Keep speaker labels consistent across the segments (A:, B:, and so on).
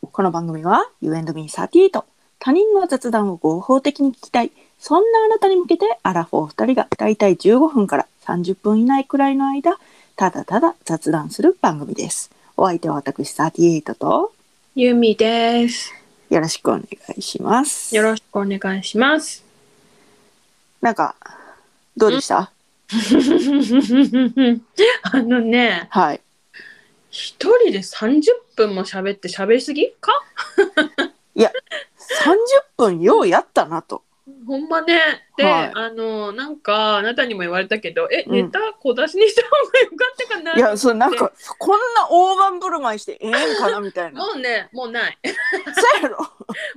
A: この番組は You and me38 他人の雑談を合法的に聞きたいそんなあなたに向けてアラフォー2人がだいたい15分から30分以内くらいの間ただただ雑談する番組ですお相手は私38と
B: ゆみです。
A: よろしくお願いします
B: よろしくお願いします。
A: なんかどうでした
B: あのね、
A: はい
B: 一人で30分も喋って喋りすぎか
A: 30分ようやったなと
B: ほんまね。で、
A: はい
B: あの、なんか、あなたにも言われたけど、え、
A: うん
B: ネタ小出しにした方がよかったかない
A: やそうなんかこんな大盤振る舞いしてええんかなみたいな
B: もうね、もうな い。
A: そうやろ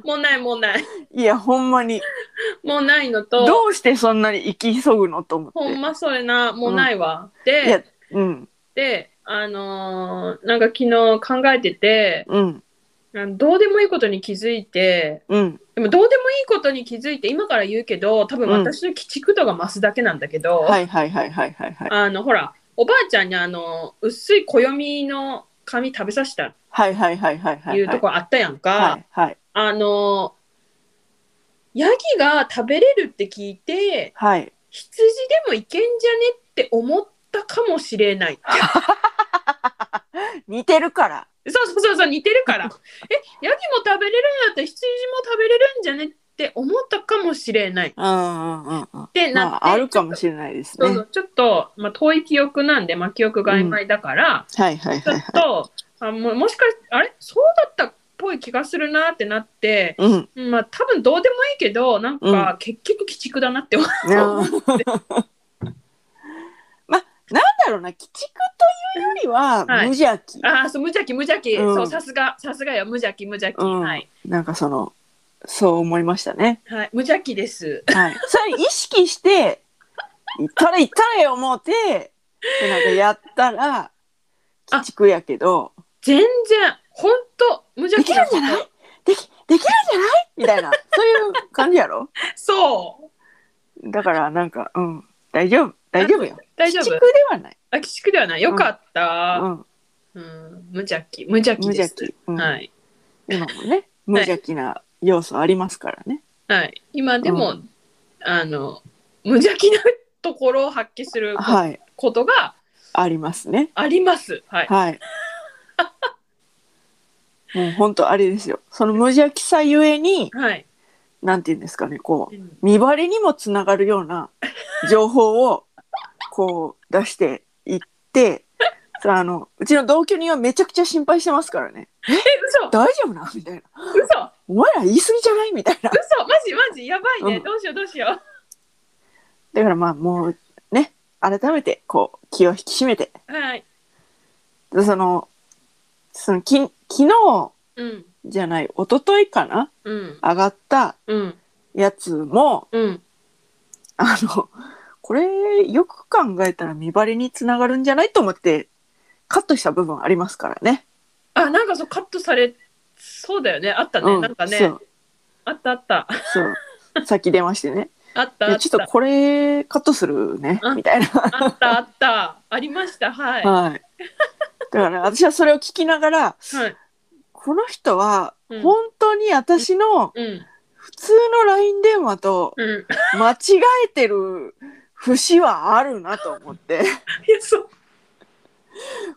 B: もうない、もうない。
A: いやほんまに
B: もうないのと、
A: どうしてそんなに生き急ぐのと思って
B: ほんまそれな、もうないわ。
A: いや
B: で、
A: うん
B: で、あのーなんか昨日考えてて、
A: うん
B: あのどうでもいいことに気づいて、
A: うん
B: でもどうでもいいことに気づいて今から言うけど多分私の鬼畜度が増すだけなんだけど、
A: はいはいはいはいはいはい
B: あのほらおばあちゃんにあの薄い暦の紙食べさせたっ
A: はいはいはいはいは
B: て
A: い
B: い
A: は
B: うと
A: い
B: ころあったやんか、
A: はいはい
B: あのヤギが食べれるって聞いて
A: はい
B: 羊でもいけんじゃねって思ったかもしれない
A: 似てるから
B: そうそうそうそう似てるからえヤギも食べれるんだったら羊も食べれるんじゃねって思ったかもしれないっ
A: うんうんうんうん
B: て
A: ま
B: なって、
A: ああるかもしれないです
B: そ
A: ね
B: うそうちょっと、まあ、遠い記憶なんで、まあ、記憶が曖昧だから、
A: はいはいはい
B: ち
A: はい
B: ょっとあももしかしあれそうだったっぽい気がするなってなって、
A: うん
B: まあ多分どうでもいいけどなんか結局鬼畜だなって思う、
A: うんまあなんだろうな鬼畜というよりは無
B: はい
A: 邪気、
B: ああそう無邪気無邪気、
A: うん
B: そうさすがさすがよ無邪気無邪気、
A: うん
B: はい、
A: なんかそのそう思いましたね
B: はい、無邪気です
A: はいそれ意識して「いったれいったれ」思うてでなんかやったら鬼畜やけど
B: 全然ほんと無
A: 「で
B: 邪
A: き
B: 気
A: る
B: なん
A: じゃないできできるんじゃない?」みたいなそういう感じやろ
B: そう
A: だからなんかうん大丈夫大丈夫よ
B: 大丈夫
A: 鬼畜ではない、
B: あ鬼畜ではないよかっ
A: う
B: た、
A: ん、
B: うん無邪気無邪
A: 無
B: 気で
A: 邪
B: す
A: 気、うん
B: はい
A: 今もね無邪気な要素ありますからね
B: はい、今でも、
A: う
B: あの無邪気なところを発揮する
A: はい
B: ことが
A: ありますね。
B: あります。は い、
A: はい。もう本当あれですよ。その無邪気さゆえに、
B: はい、
A: なんて言うんですかね、こ
B: う
A: う、
B: ん
A: 見張りにもつながるような情報を、こう、出していって、さあの、うちの同居人はめちゃくちゃ心配してますからね。
B: え、嘘、嘘、
A: 大丈夫なみたいな。
B: 嘘、
A: お前ら言い過ぎじゃないみたいな。
B: マジマジやばいね、
A: うん
B: どうしようどうしよう。
A: だからまあもう、ね、改めて、こう、気を引き締めて、
B: はい、
A: その、その、き、昨日
B: うん、
A: じゃない、一昨日かな
B: うん、
A: 上がった
B: うん、
A: やつも
B: うん、
A: あのこれよく考えたら見張りにつながるんじゃないと思ってカットした部分ありますからね。
B: あ、なんかそうカットされそうだよね、あったね、
A: うん、
B: なんか
A: そ
B: ね
A: う、
B: あったあった、
A: そう先出ま してね。
B: あっ
A: い
B: たあ
A: や
B: っ
A: ちょっと
B: た、
A: これカットするね
B: うん
A: みたいな。
B: あったあった、ありました、はい、は
A: はい。だから私はそれを聞きながら
B: い、
A: この人は
B: うん
A: 本当に私の
B: うん、
A: 普通の LINE 電話と
B: うん、
A: 間違えてる節はあるなと思って。
B: いやそう、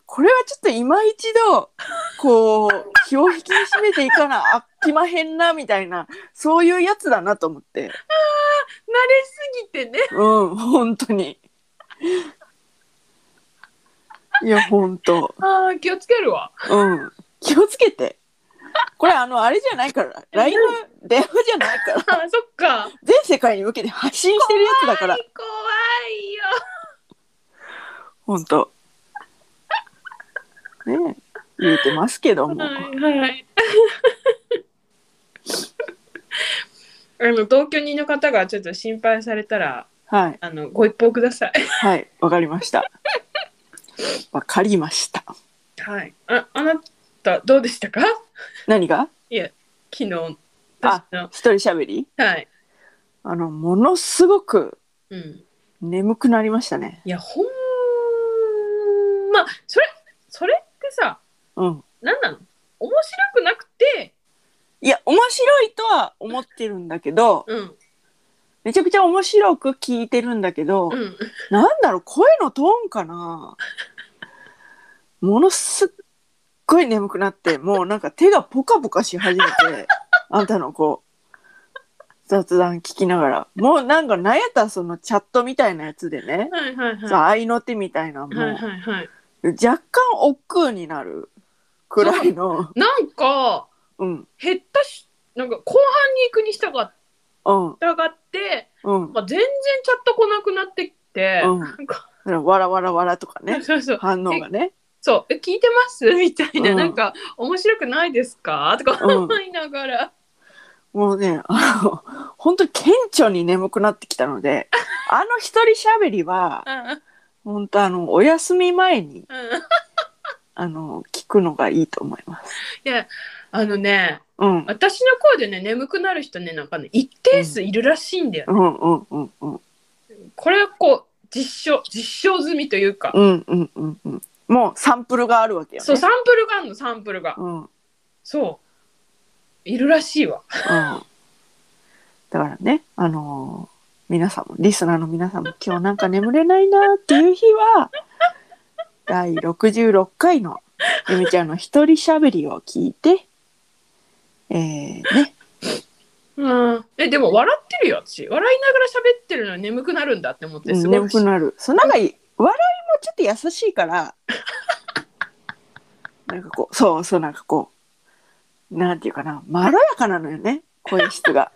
A: これはちょっと今一度こう気を引き締めていかなあきまへんなみたいなそういうやつだなと思って
B: 慣れすぎてね、
A: うん本当にいや本当
B: あー気をつけるわ。
A: うん気をつけてこれあのあれじゃないから LINE の電話じゃないから
B: あー、そっか。
A: 全世界に向けて発信してるやつだから
B: 怖いよ
A: 本当ねえ言うてますけども、
B: はいはい。 あの同居人の方がちょっと心配されたら
A: はい
B: あのご一報ください。
A: はい、わかりました。わかりました。
B: はい。ああなたどうでしたか？
A: 何が
B: 昨日。
A: あ
B: 私の
A: 一人喋り
B: はい。
A: あの、ものすごく
B: うん。
A: 眠くなりましたね。
B: いやほんまそれそれってさ
A: うん。
B: 何なの？面白くなくて
A: は思ってるんだけど、
B: うん
A: めちゃくちゃ面白く聞いてるんだけど、
B: うん
A: なんだろう、声のトーンかなものすっごい眠くなって、もうなんか手がポカポカし始めて、あんたのこう、雑談聞きながら。もうなんかなんやったらそのチャットみたいなやつでね、
B: はいはいはい
A: さ、愛の手みたいなのも、
B: はいはいはい
A: 若干億劫になるくらいの、
B: なんか
A: うん、
B: 減ったしなんか後半に行くにしたがっ
A: うん、
B: たがって、
A: うん、
B: まあ、全然チャット来なくなってきて、
A: うん
B: なんか
A: わらわらわらとかね、
B: そうそう
A: 反応がね。
B: そうえ聞いてますみたいな、
A: うん
B: なんか面白くないですかとか
A: うん
B: 思いながら、
A: もうね、 あの、本当に顕著に眠くなってきたの で、あの一人喋りは、
B: うんうん
A: 本当あの、お休み前に、あの、聞くのがいいと思います。
B: いやあのね
A: うん。
B: 私の声でね眠くなる人ねなんかね一定数いるらしいんだよ、
A: うんうんうんうん。
B: これはこう実証実証済みというか、
A: うんうんうんうん。もうサンプルがあるわけよね。
B: そうサンプルがあるのサンプルが、
A: うん。うん。
B: そういるらしいわ
A: だからね、あのー皆さんも、リスナーの皆さんも、今日なんか眠れないなっていう日は、第66回のゆみちゃんの一人喋りを聞いて、えー、ね、
B: うん、えでも笑ってるよ私笑いながら喋ってるのに眠くなるんだって思ってす
A: うん
B: ごい、
A: 眠くなるそうなんか笑いもちょっと優しいからなんかこうそうそうなんかこうなんていうかなまろやかなのよね声質が、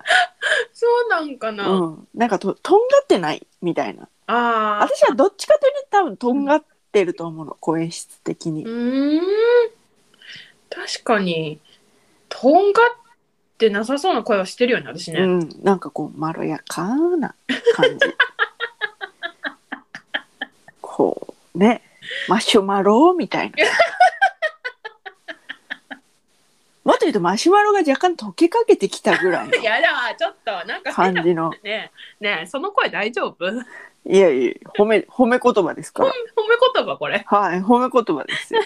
B: そうなんかな、
A: うん、なんかととんがってないみたいな
B: ああ
A: 私はどっちかというと多分とんがってると思う の声質的
B: う
A: に、
B: ーん確かにとんがってなさそうな声はしてるよね私ね、
A: うん、なんかこうまろやかな 感じこうねマシュマロみたい なもっと言うとマシュマロが若干溶けかけてきたぐらいの
B: やだちょっとなんか変
A: 感
B: だ
A: じの
B: ねえねえその声大丈夫褒め
A: いやいや褒め褒め言葉です から
B: 言葉これ
A: はい褒め言葉ですよ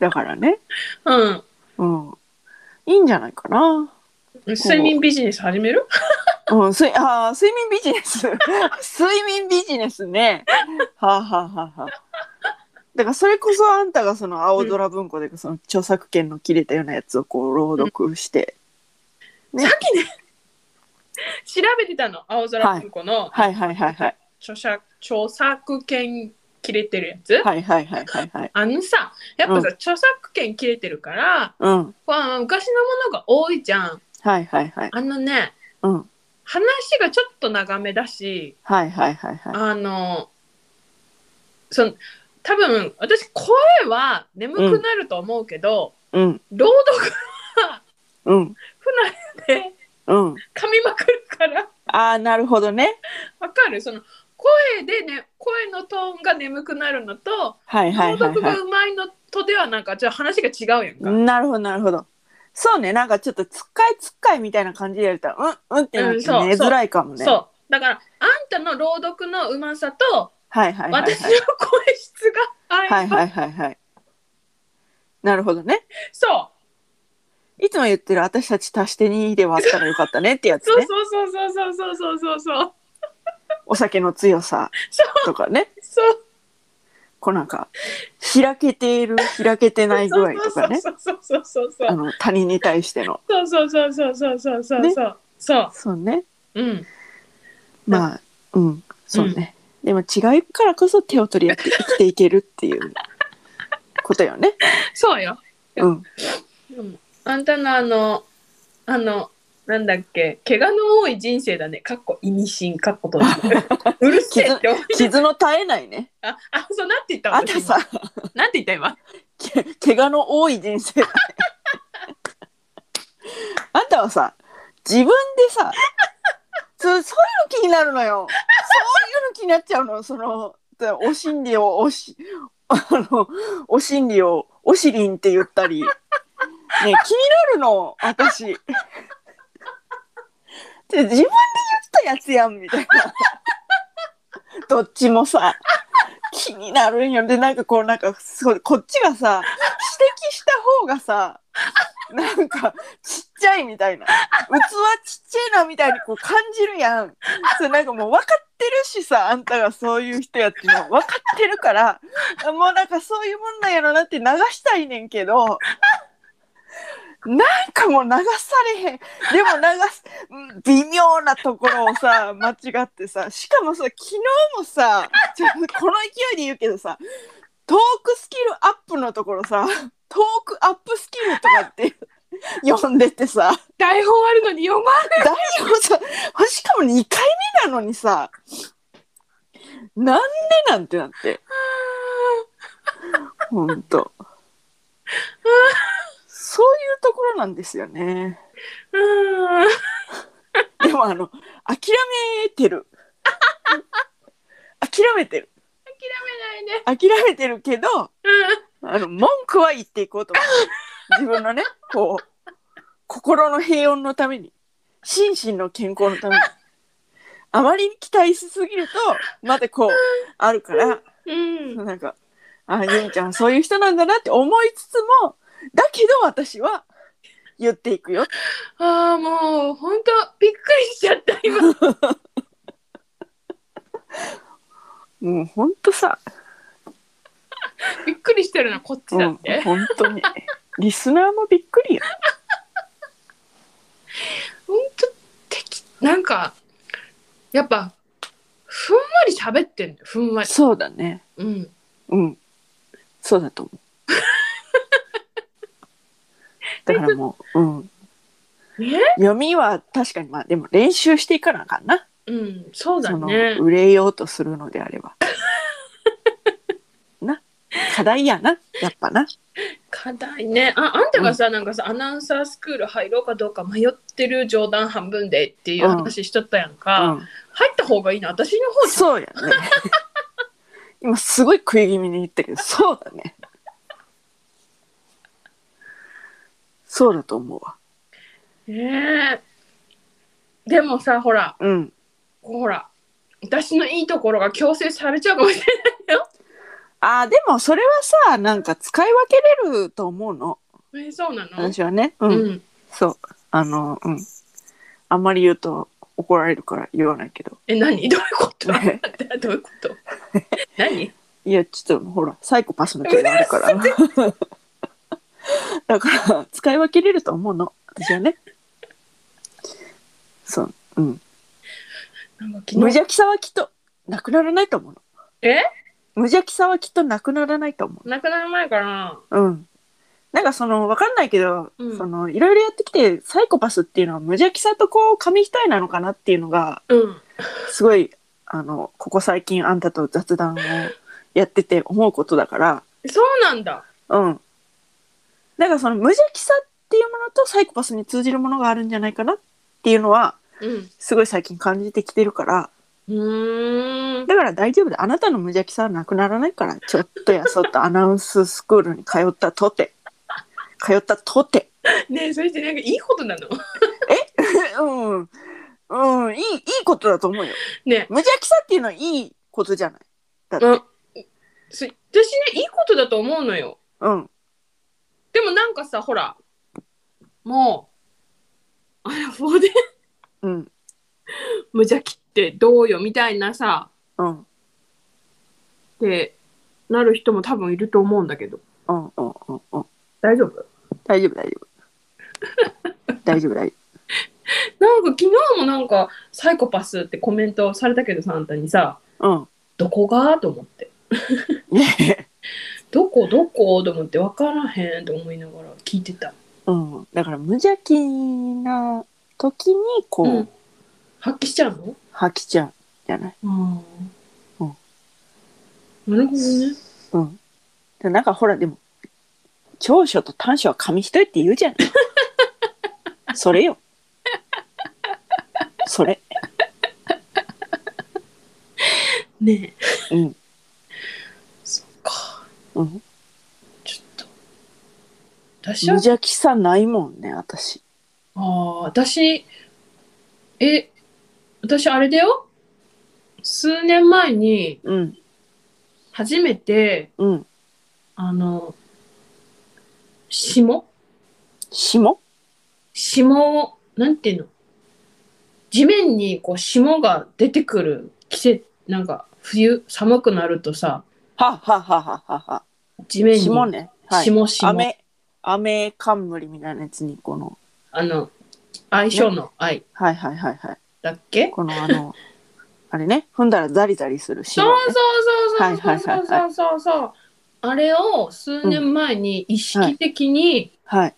A: だからね
B: うん
A: うんいいんじゃないかな
B: 睡眠ビジネス始める
A: うん、すいあー睡眠ビジネス 睡眠ビジネスねはあ、はあはあはあ、だからそれこそあんたがその青空文庫でその著作権の切れたようなやつをこう朗読して、ね
B: さっきね調べてたの青空文庫の
A: はいはいはいはい
B: 著者、著作権切れてるやつ、
A: はいはいはいはいはい
B: あのさやっぱさ、著作権切れてるから、
A: うん
B: まあ、昔のものが多いじゃん
A: はいはいはい
B: あのね
A: うん
B: 話がちょっと長めだし
A: はいはいはいはい
B: あのその多分私声は眠くなると思うけど、
A: うん
B: 朗読は
A: うん
B: 不慣れで
A: うん
B: 噛みまくるから
A: ああなるほどね
B: わかるその声でね声のトーンが眠くなるのと
A: はいはい
B: 朗
A: はい
B: 読
A: は
B: がうまいのとではなんかちょっと話が違うやんか。
A: いなるほどなるほどそうねなんかちょっとつっかいつっかいみたいな感じでやるとうんうんってなって
B: うんそう
A: 寝づらいかもね、
B: そうだからあんたの朗読のうまさと
A: はいはいはい、はい、
B: 私の声質が相
A: は
B: 反、
A: いはいはいはい。なるほどね。
B: そう
A: いつも言ってる私たち足して2で割ったらよかったねってやつ
B: そう
A: ね。
B: そうそうそうそうそうそうそう
A: お酒の強さ
B: そう
A: とかね。
B: そう
A: こうなんか、開けている、開けてない具合とかね。
B: そうそうそうそうそ
A: あ
B: う
A: の、他人に対しての。
B: そうそうそうそうそうそうそう
A: ね
B: そうそう
A: そうね。
B: うん
A: まあ、うん。そうね。でも違うからこそ手を取り合って生きていけるっていうことよ ね。
B: そうよ、
A: うん。
B: うん、あんたのあのあのなんだっけ怪我の多い人生だねかっこ意味深かっこと うるせえって思い
A: 傷の絶えないね。
B: ああそうなんて言った
A: あんたさ、
B: 私なんて言った今
A: け 怪我の多い人生 あんたはさ自分でさつそういうの気になるのよそういうの気になっちゃうのそのだお心理をおしあのお心理をおしりんって言ったりね気になるの私で自分で言ったやつやんみたいな どっちもさ気になるんよでなんかこうなんかそうこっちがさ指摘した方がさなんかちっちゃいみたいな器ちっちゃいなみたいにこう感じるやんそれなんかもう分かってるしさあんたがそういう人やっていうの分かってるからもうなんかそういうもんなんやろなって流したいねんけどなんかもう流されへんでも流すうん微妙なところをさ間違ってさしかもさ昨日もさちょこの勢いで言うけどさトークスキルアップのところさトークアップスキルとかって呼んでてさ
B: 台本あるのに読まん
A: 大悟さんしかも2回目なのにさなんでなんてなってほんとそういうところなんですよね
B: うーん
A: でもあの諦めてる諦めてる
B: 諦めないね
A: 諦めてるけどあの文句は言っていこうと思 って自分のねこう心の平穏のために心身の健康のためにあまりに期待しすぎるとまたこうあるから
B: うんうん
A: なんかあゆみちゃんそういう人なんだなって思いつつもだけど私は言っていくよ
B: ああもう本当びっくりしちゃった今
A: もうほんとさ、
B: びっくりしてるなこっち
A: う
B: だ
A: ん
B: っ、て、
A: 本当にリスナーもびっくりよ
B: 本当適なんかやっぱふんわり喋ってんのよふんわり
A: そうだね
B: うん
A: うん。そうだと 思う。だからもう、うん。
B: ね
A: 読みは確かにまあでも練習していかなあかんな。
B: うんそうだ
A: その
B: ね
A: 売れようとするのであれ ば。な。課題やな。やっぱな。
B: 課題ねああんたがさ、なんかさアナウンサースクール入ろうかどうか迷ってる冗談半分でっていう話しとったやんか、
A: うん、
B: 入った方がいいな私の方じ
A: そうやね。 今すごい食い気味に言ったけど、そうだね。そうだと思うわ。
B: ゃんねえでもさほら
A: うん。
B: ほら私のいいところが強制されちゃうかもしれない
A: あーでもそれはさなんか使い分けれると思うの
B: えそうなの
A: 私はねうん、
B: うん。
A: そうあのうんあんまり言うと怒られるから言わないけど
B: え、何どういうこと
A: ね
B: どういうこと何
A: いやちょっとほらサイコパスの気があるから だから使い分けれると思うの私はねそううん
B: なんか
A: 無
B: 昨日
A: 邪気さはきっとなくならないと思うの
B: え
A: 無邪気さはきっとなくならないと思う
B: 亡くなる前から
A: うん。なんかその、わかんないけど、
B: うん
A: その、いろいろやってきて、サイコパスっていうのは無邪気さとこう、紙一重なのかなっていうのが、
B: うん
A: すごい、あの、ここ最近あんたと雑談をやってて思うことだから、
B: そうなんだ
A: うん。なんかその無邪気さっていうものとサイコパスに通じるものがあるんじゃないかなっていうのは、
B: うん
A: すごい最近感じてきてるから、
B: うーん
A: だから大丈夫で、あなたの無邪気さはなくならないから、ちょっとやそっとアナウンススクールに通ったとて、通ったとて、
B: ねえそれってなんかいいことなの
A: うん、うん、いい、いいことだと思うよ。
B: ね
A: 無邪気さっていうのはいいことじゃない。だって、
B: うんそ私ねいいことだと思うのよ
A: うん、
B: でもなんかさほらもうあらフォーで
A: うん、
B: 無邪気ってどうよみたいなさ
A: うん、
B: ってなる人も多分いると思うんだけど
A: うん、うん、うん、うん、
B: 大丈夫
A: 大丈夫、大丈夫。 大丈夫、大丈
B: なんか昨日もなんかサイコパスってコメントされたけどさあんたにさ、
A: 夫。
B: どこがと思って。
A: うん、ね、
B: どこどこと思って分からへんと思いながら聞いてた。
A: うん、だから無邪気な時に、こう、
B: うん発揮しちゃうの
A: 吐きちゃうじゃない。
B: ああ
A: うん。
B: なるほどね。
A: うん。でなんか、ほら、でも。長所と短所は紙一重って言うじ ゃん。それよ。それ。
B: ねえ。
A: うん、
B: そっか。
A: うん。
B: ちょっと。私
A: 無
B: は、
A: 邪気さないもんね私
B: ああ、私、え、私あれだよ。数年前に
A: うん
B: 初めて、
A: うん
B: あの、霜
A: 霜
B: 霜をなんていうの地面にこう霜が出てくる季節なんか冬寒くなるとさ
A: はっはっはっはっはっは。
B: 地面に
A: 霜ね。はい。
B: 霜霜
A: 雨、雨冠みたいなやつに、この、
B: あの相性の愛
A: はいはいはいはい。
B: だっけ、
A: このあの、 あれね、踏んだらザリザリする
B: そ
A: 霜
B: う
A: ね、
B: そうそうそう
A: はい
B: そ
A: は
B: う
A: いはい
B: そうそうそうあれを数年前に意識的に
A: はい。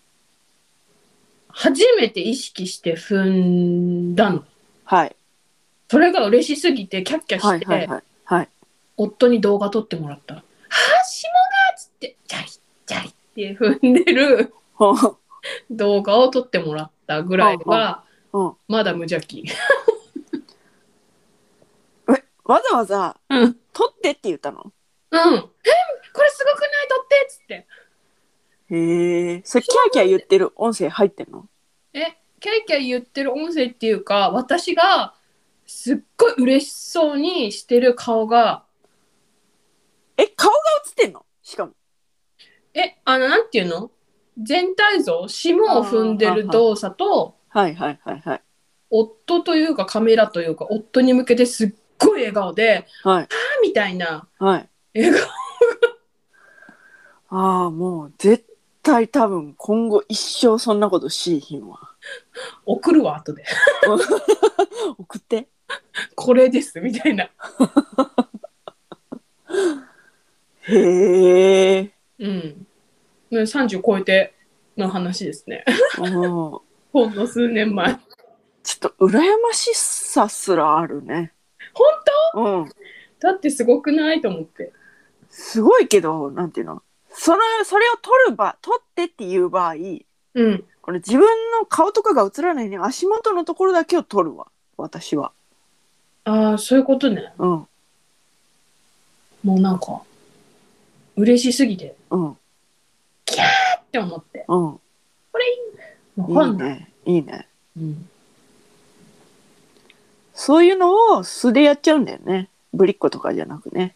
B: 初めて意識して踏んだの
A: はい。
B: それが嬉しすぎてキャッキャ
A: は
B: し
A: いはい
B: て
A: はい。はい。
B: 夫に動画撮ってもらった「はあ霜が!」っつって「ジャリジャリ」って踏んでる
A: ほう
B: 動画を撮ってもらったぐらいは
A: うん
B: まだ無邪気。
A: わざわざ、
B: うん。うん。
A: 取ってって言ったの
B: えこれすごくない撮ってっつって。
A: へえ。それ、キャーキャー言ってる音声入ってんの
B: えキャイキャイ言ってる音声っていうか私がすっごい嬉しそうにしてる顔が
A: え、顔が映ってんのしかも。
B: えあのなんていうの全体像霜を踏んでる動作と
A: はいはいはいはい。
B: 夫というかカメラというか夫に向けてすっごい笑顔で
A: はい。
B: 「あ」みたいな
A: はい。
B: 笑顔
A: ああ、もう、絶対多分、今後一生そんなことしいひんわ。
B: 送るわ後で
A: 送って。
B: 「これです」みたいな。
A: へえ。
B: うん。ね30超えての話ですね。
A: おー
B: ほんの数年前。
A: ちょっと、羨ましさすらあるね。
B: 本
A: うん。
B: 当だってすごくないと思って。
A: すごいけど、なんていうのそれ、それを取る場、取ってっていう場合、
B: うん。
A: これ自分の顔とかが映らないように足元のところだけを取るわ。私は。
B: ああ、そういうことね。
A: うん。
B: もうなんか、嬉しすぎて
A: うん。
B: って思って。
A: うん。
B: わか
A: いい
B: んない。
A: ね。いいね。
B: うん。
A: そういうのを素でやっちゃうんだよね。ぶりっ子とかじゃなくね。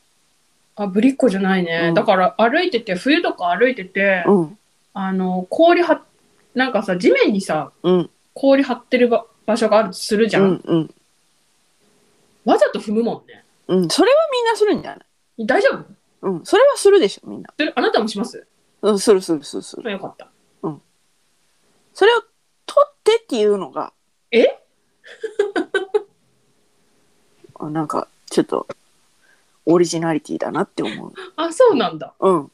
B: あ、ぶりっ子じゃないね。
A: うん
B: だから歩いてて、冬とか歩いてて、
A: うん。
B: あの、氷は、なんかさ、地面にさ、
A: うん。
B: 氷張ってるば場所があるとするじ
A: う
B: ゃん。
A: ん。うん。
B: わざと踏むもんね。
A: うん。それはみんなするんじゃない
B: 大丈夫
A: うん。それはするでしょ、みんな。
B: それあなたもします
A: うん。するするするする。
B: よかった。
A: それを取ってっていうのが。
B: え
A: あなんか、ちょっと、オリジナリティだなって思う。
B: あ、そうなんだ。
A: うん。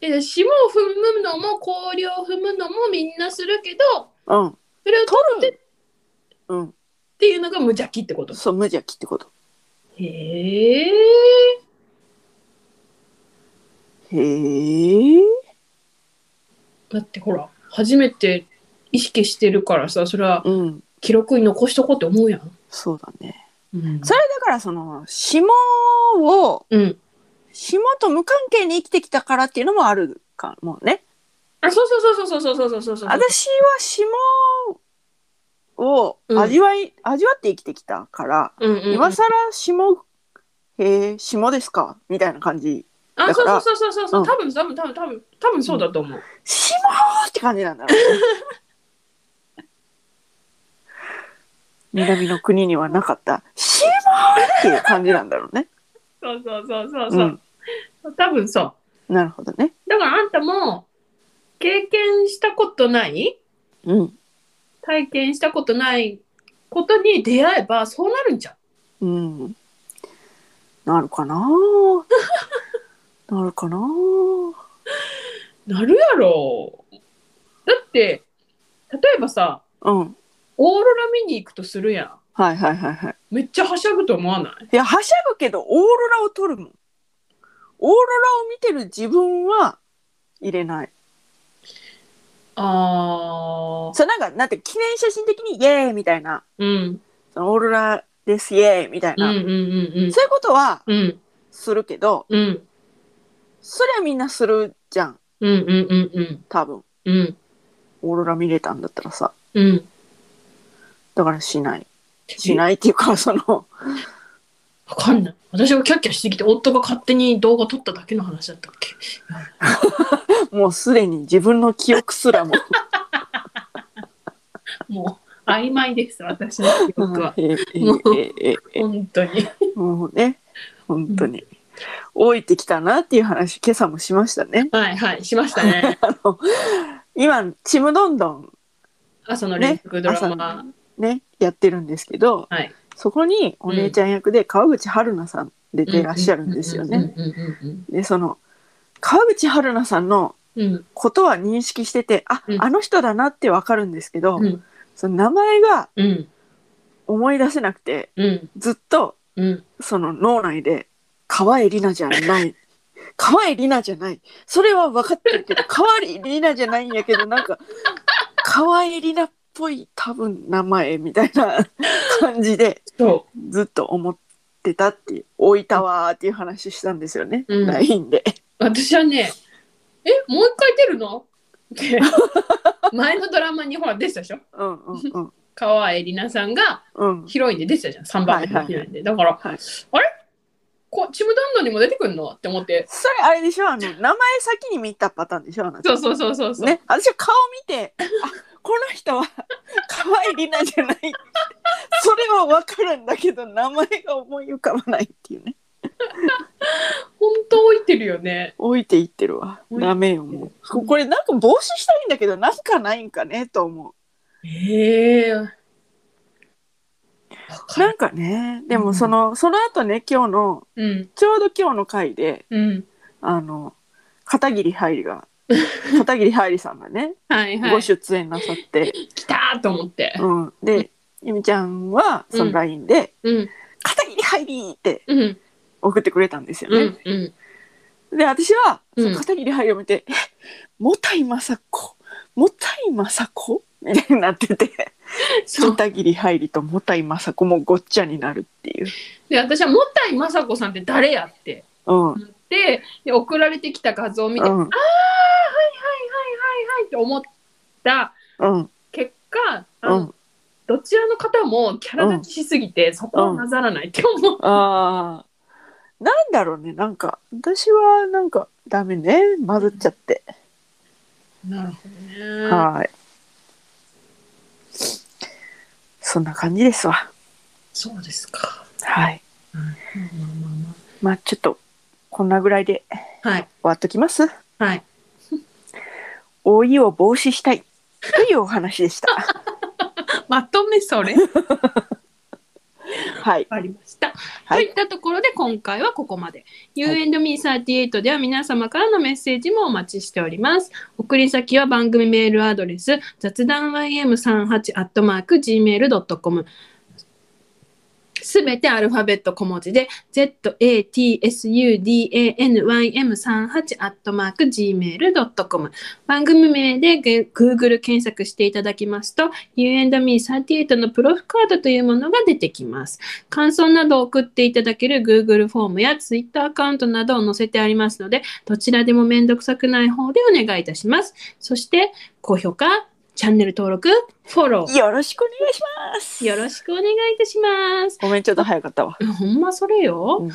B: え霜を踏むのも氷を踏むのもみんなするけど
A: うん。
B: それを取ってっ
A: うん。
B: ていうのが無邪気ってこと
A: そう、無邪気ってこと。
B: へえ
A: へえ。
B: だってほら初めて意識してるからさそれは
A: うん。
B: 記録に残しとこうって思うやん、
A: そうだね。
B: うん
A: それだからその、霜を、
B: うん
A: 霜と無関係に生きてきたからっていうのもあるかもね。
B: あそうそうそうそうそうそうそうそうそう
A: 私は霜を味わい、味わって生きてきたから、
B: うんうんうん
A: 今更霜、へえ、霜ですかみたいな感じ。
B: あ
A: だか
B: そう
A: ら
B: そうそうそうそう
A: うん
B: 多分多分多分多分多分そうだと思う、
A: 霜って感じなんだろうね。 南の国にはなかった、霜っていう感じなんだろうね。
B: そうそうそうそう
A: う
B: そ
A: ん
B: う、。多分そ
A: なるほどね。
B: うだからあんたも経験したことない
A: うん。
B: 体験したことないことに出会えばそうなるんじゃん。
A: うん。なるかな なるかな
B: なるやろう。だって例えばさ
A: うん。
B: オーロラ見に行くとするやん。
A: はいはいはいはい。
B: めっちゃはしゃぐと思わない
A: いや、はしゃぐけど、オーロラを撮るもん。オーロラを見てる自分は入れない。
B: あー
A: そう、なんか、なんて、記念写真的に、イエーイみたいな、
B: うん
A: そのオーロラです、イエーイみたい
B: うん
A: な、
B: うんうん
A: そういうことは
B: うんうん
A: するけど、
B: うん
A: そりゃみんなするじゃん、
B: うんうんうんうん
A: 多分。
B: うん
A: オーロラ見れたんだったらさ。
B: うん
A: だからしない。しないっていうか、その、
B: わかんない。私がキャッキャしてきて、夫が勝手に動画撮っただけの話だったっけ
A: もうすでに自分の記憶す らも。
B: もう、曖昧です、私の記憶は
A: ええええええ
B: 本当に。
A: もうね本当に、老いてきたなっていう話今朝もしましたね
B: はいはい、しましたね。
A: あの今ちむどんどん
B: 朝の連続ドラ
A: ね
B: マ。
A: ねやってるんですけど
B: はい。
A: そこにお姉ちゃん役で川口春奈さん出てらっしゃるんですよね。
B: うんうん
A: でその川口春奈さんの
B: うんうん。
A: ことは認識しててあ、
B: うん
A: あの人だなってわかるんですけど、
B: うん
A: その名前が
B: うん
A: 思い出せなくて
B: うん
A: ずっと
B: うん。
A: その脳内で「川栄里奈じゃない」 「川栄里奈じゃない」それは分かってるけど「川栄里奈じゃないんやけどなんか川栄里奈っぽい多分名前みたいな感じで
B: そ
A: ずっと思ってたっていう置いたわーっていう話したんですよね、
B: うん
A: LINE で。
B: う。私はね、え、もう一回出るのって、前のドラマにほら出てたでしょ
A: うんうんうん
B: 川栄里奈さんが
A: うん
B: ヒロインで出てたじゃん、3番目のヒロインで。だから、
A: はい
B: あれこちむどんどんにも出てくるのって思って。
A: それあれでしょあの名前先に見たパターンでしょあなた
B: そうそうそうそうそう。
A: ね私は顔見てあこの人は 可愛いなじゃないそれは分かるんだけど名前が思い浮かばないっていうね
B: ほんと置いてるよね。
A: 置いていってるわ
B: 置いていってる
A: ダメよもうここれなんか防止したいんだけどなんかないんかねと思う
B: へえ。わか
A: な
B: る。
A: んかねでもその、その後ね今日の
B: うん。
A: ちょうど今日の回で
B: うん。
A: あの片桐はいり が片桐はいりさんがね
B: はいは
A: ご
B: い。
A: 出演なさって、
B: 来たーと思って。
A: うん、でゆみちゃんはその LINE で
B: うん。
A: 「片桐はいり!」って
B: うん。
A: 送ってくれたんですよ
B: う
A: ね
B: ん。。うん。
A: で、私は、
B: うん
A: その片桐入りを見て、え、もたいまさこ、もたいまさこみたいになってて、
B: そう。
A: 片桐入りともたいまさこもごっちゃになるっていう。
B: で、私は、もったいまさこさんって誰やって。
A: うん。うん。
B: 思ってで、送られてきた画像を見て、はいはいって思った
A: うん。
B: 結果、あ
A: う
B: の
A: ん。
B: どちらの方もキャラ立ちしすぎて、そこはなざらないって思う。
A: ああ。なんだろうね、なんか、私はなんか、ダメね、混ざっちゃって。
B: なるほどね。
A: はーい。そんな感じですわ。
B: そうですか。
A: はい。
B: まあまあまあま
A: まあ、ちょっと、こんなぐらいで終
B: あはい。
A: わっときます。
B: はい。
A: 老いを防止したいというお話でした。
B: まとめそれ。わ
A: はい。
B: かりました。
A: は
B: とい
A: い。
B: ったところで今回はここまで。U&Me38 では皆様からのメッセージもお待ちしております。送り先は番組メールアドレス雑談 ym38-gmail.com すべてアルファベット小文字で zatsudanym38-gmail.com 番組名でげ Google 検索していただきますと U&Me38 のプロフカードというものが出てきます。感想などを送っていただける Google フォームや Twitter アカウントなどを載せてありますので、どちらでもめんどくさくない方でお願いいたします。そして、高評価、チャンネル登録、フォロー、
A: よろしくお願いします。
B: よろしくお願いいたします。
A: ごめん、ちょっと早かったわ。
B: ほんまそれよ。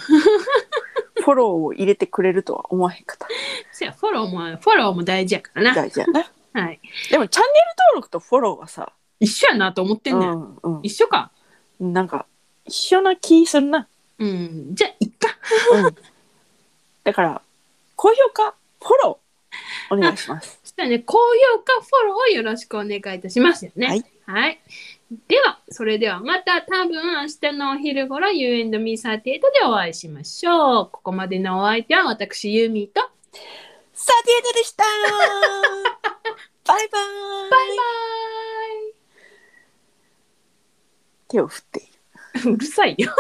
A: フォローを入れてくれるとは思わへんかっ
B: せや、フォローも、フォローも大事やから
A: た。
B: な。
A: 大事やな。
B: はい。
A: でも、チャンネル登録とフォローはさ、
B: 一緒やなと思って
A: うん
B: ねん。
A: んうん
B: 一緒か。
A: なんか、一緒な気するな。
B: うん。じゃあ、いっか。
A: うん。だから、高評価、フォロー、お願いします。
B: そしたらね、高評価、フォローをよろしくお願いいたしますよね。
A: はい。
B: はい。では、それではまた多分明日のお昼頃 You and me38 でお会いしましょう。ここまでのお相手は私、ユーミーと。
A: サティエドでしたバイバイ
B: バイ
A: 手を振っている。
B: バイうるさいよ。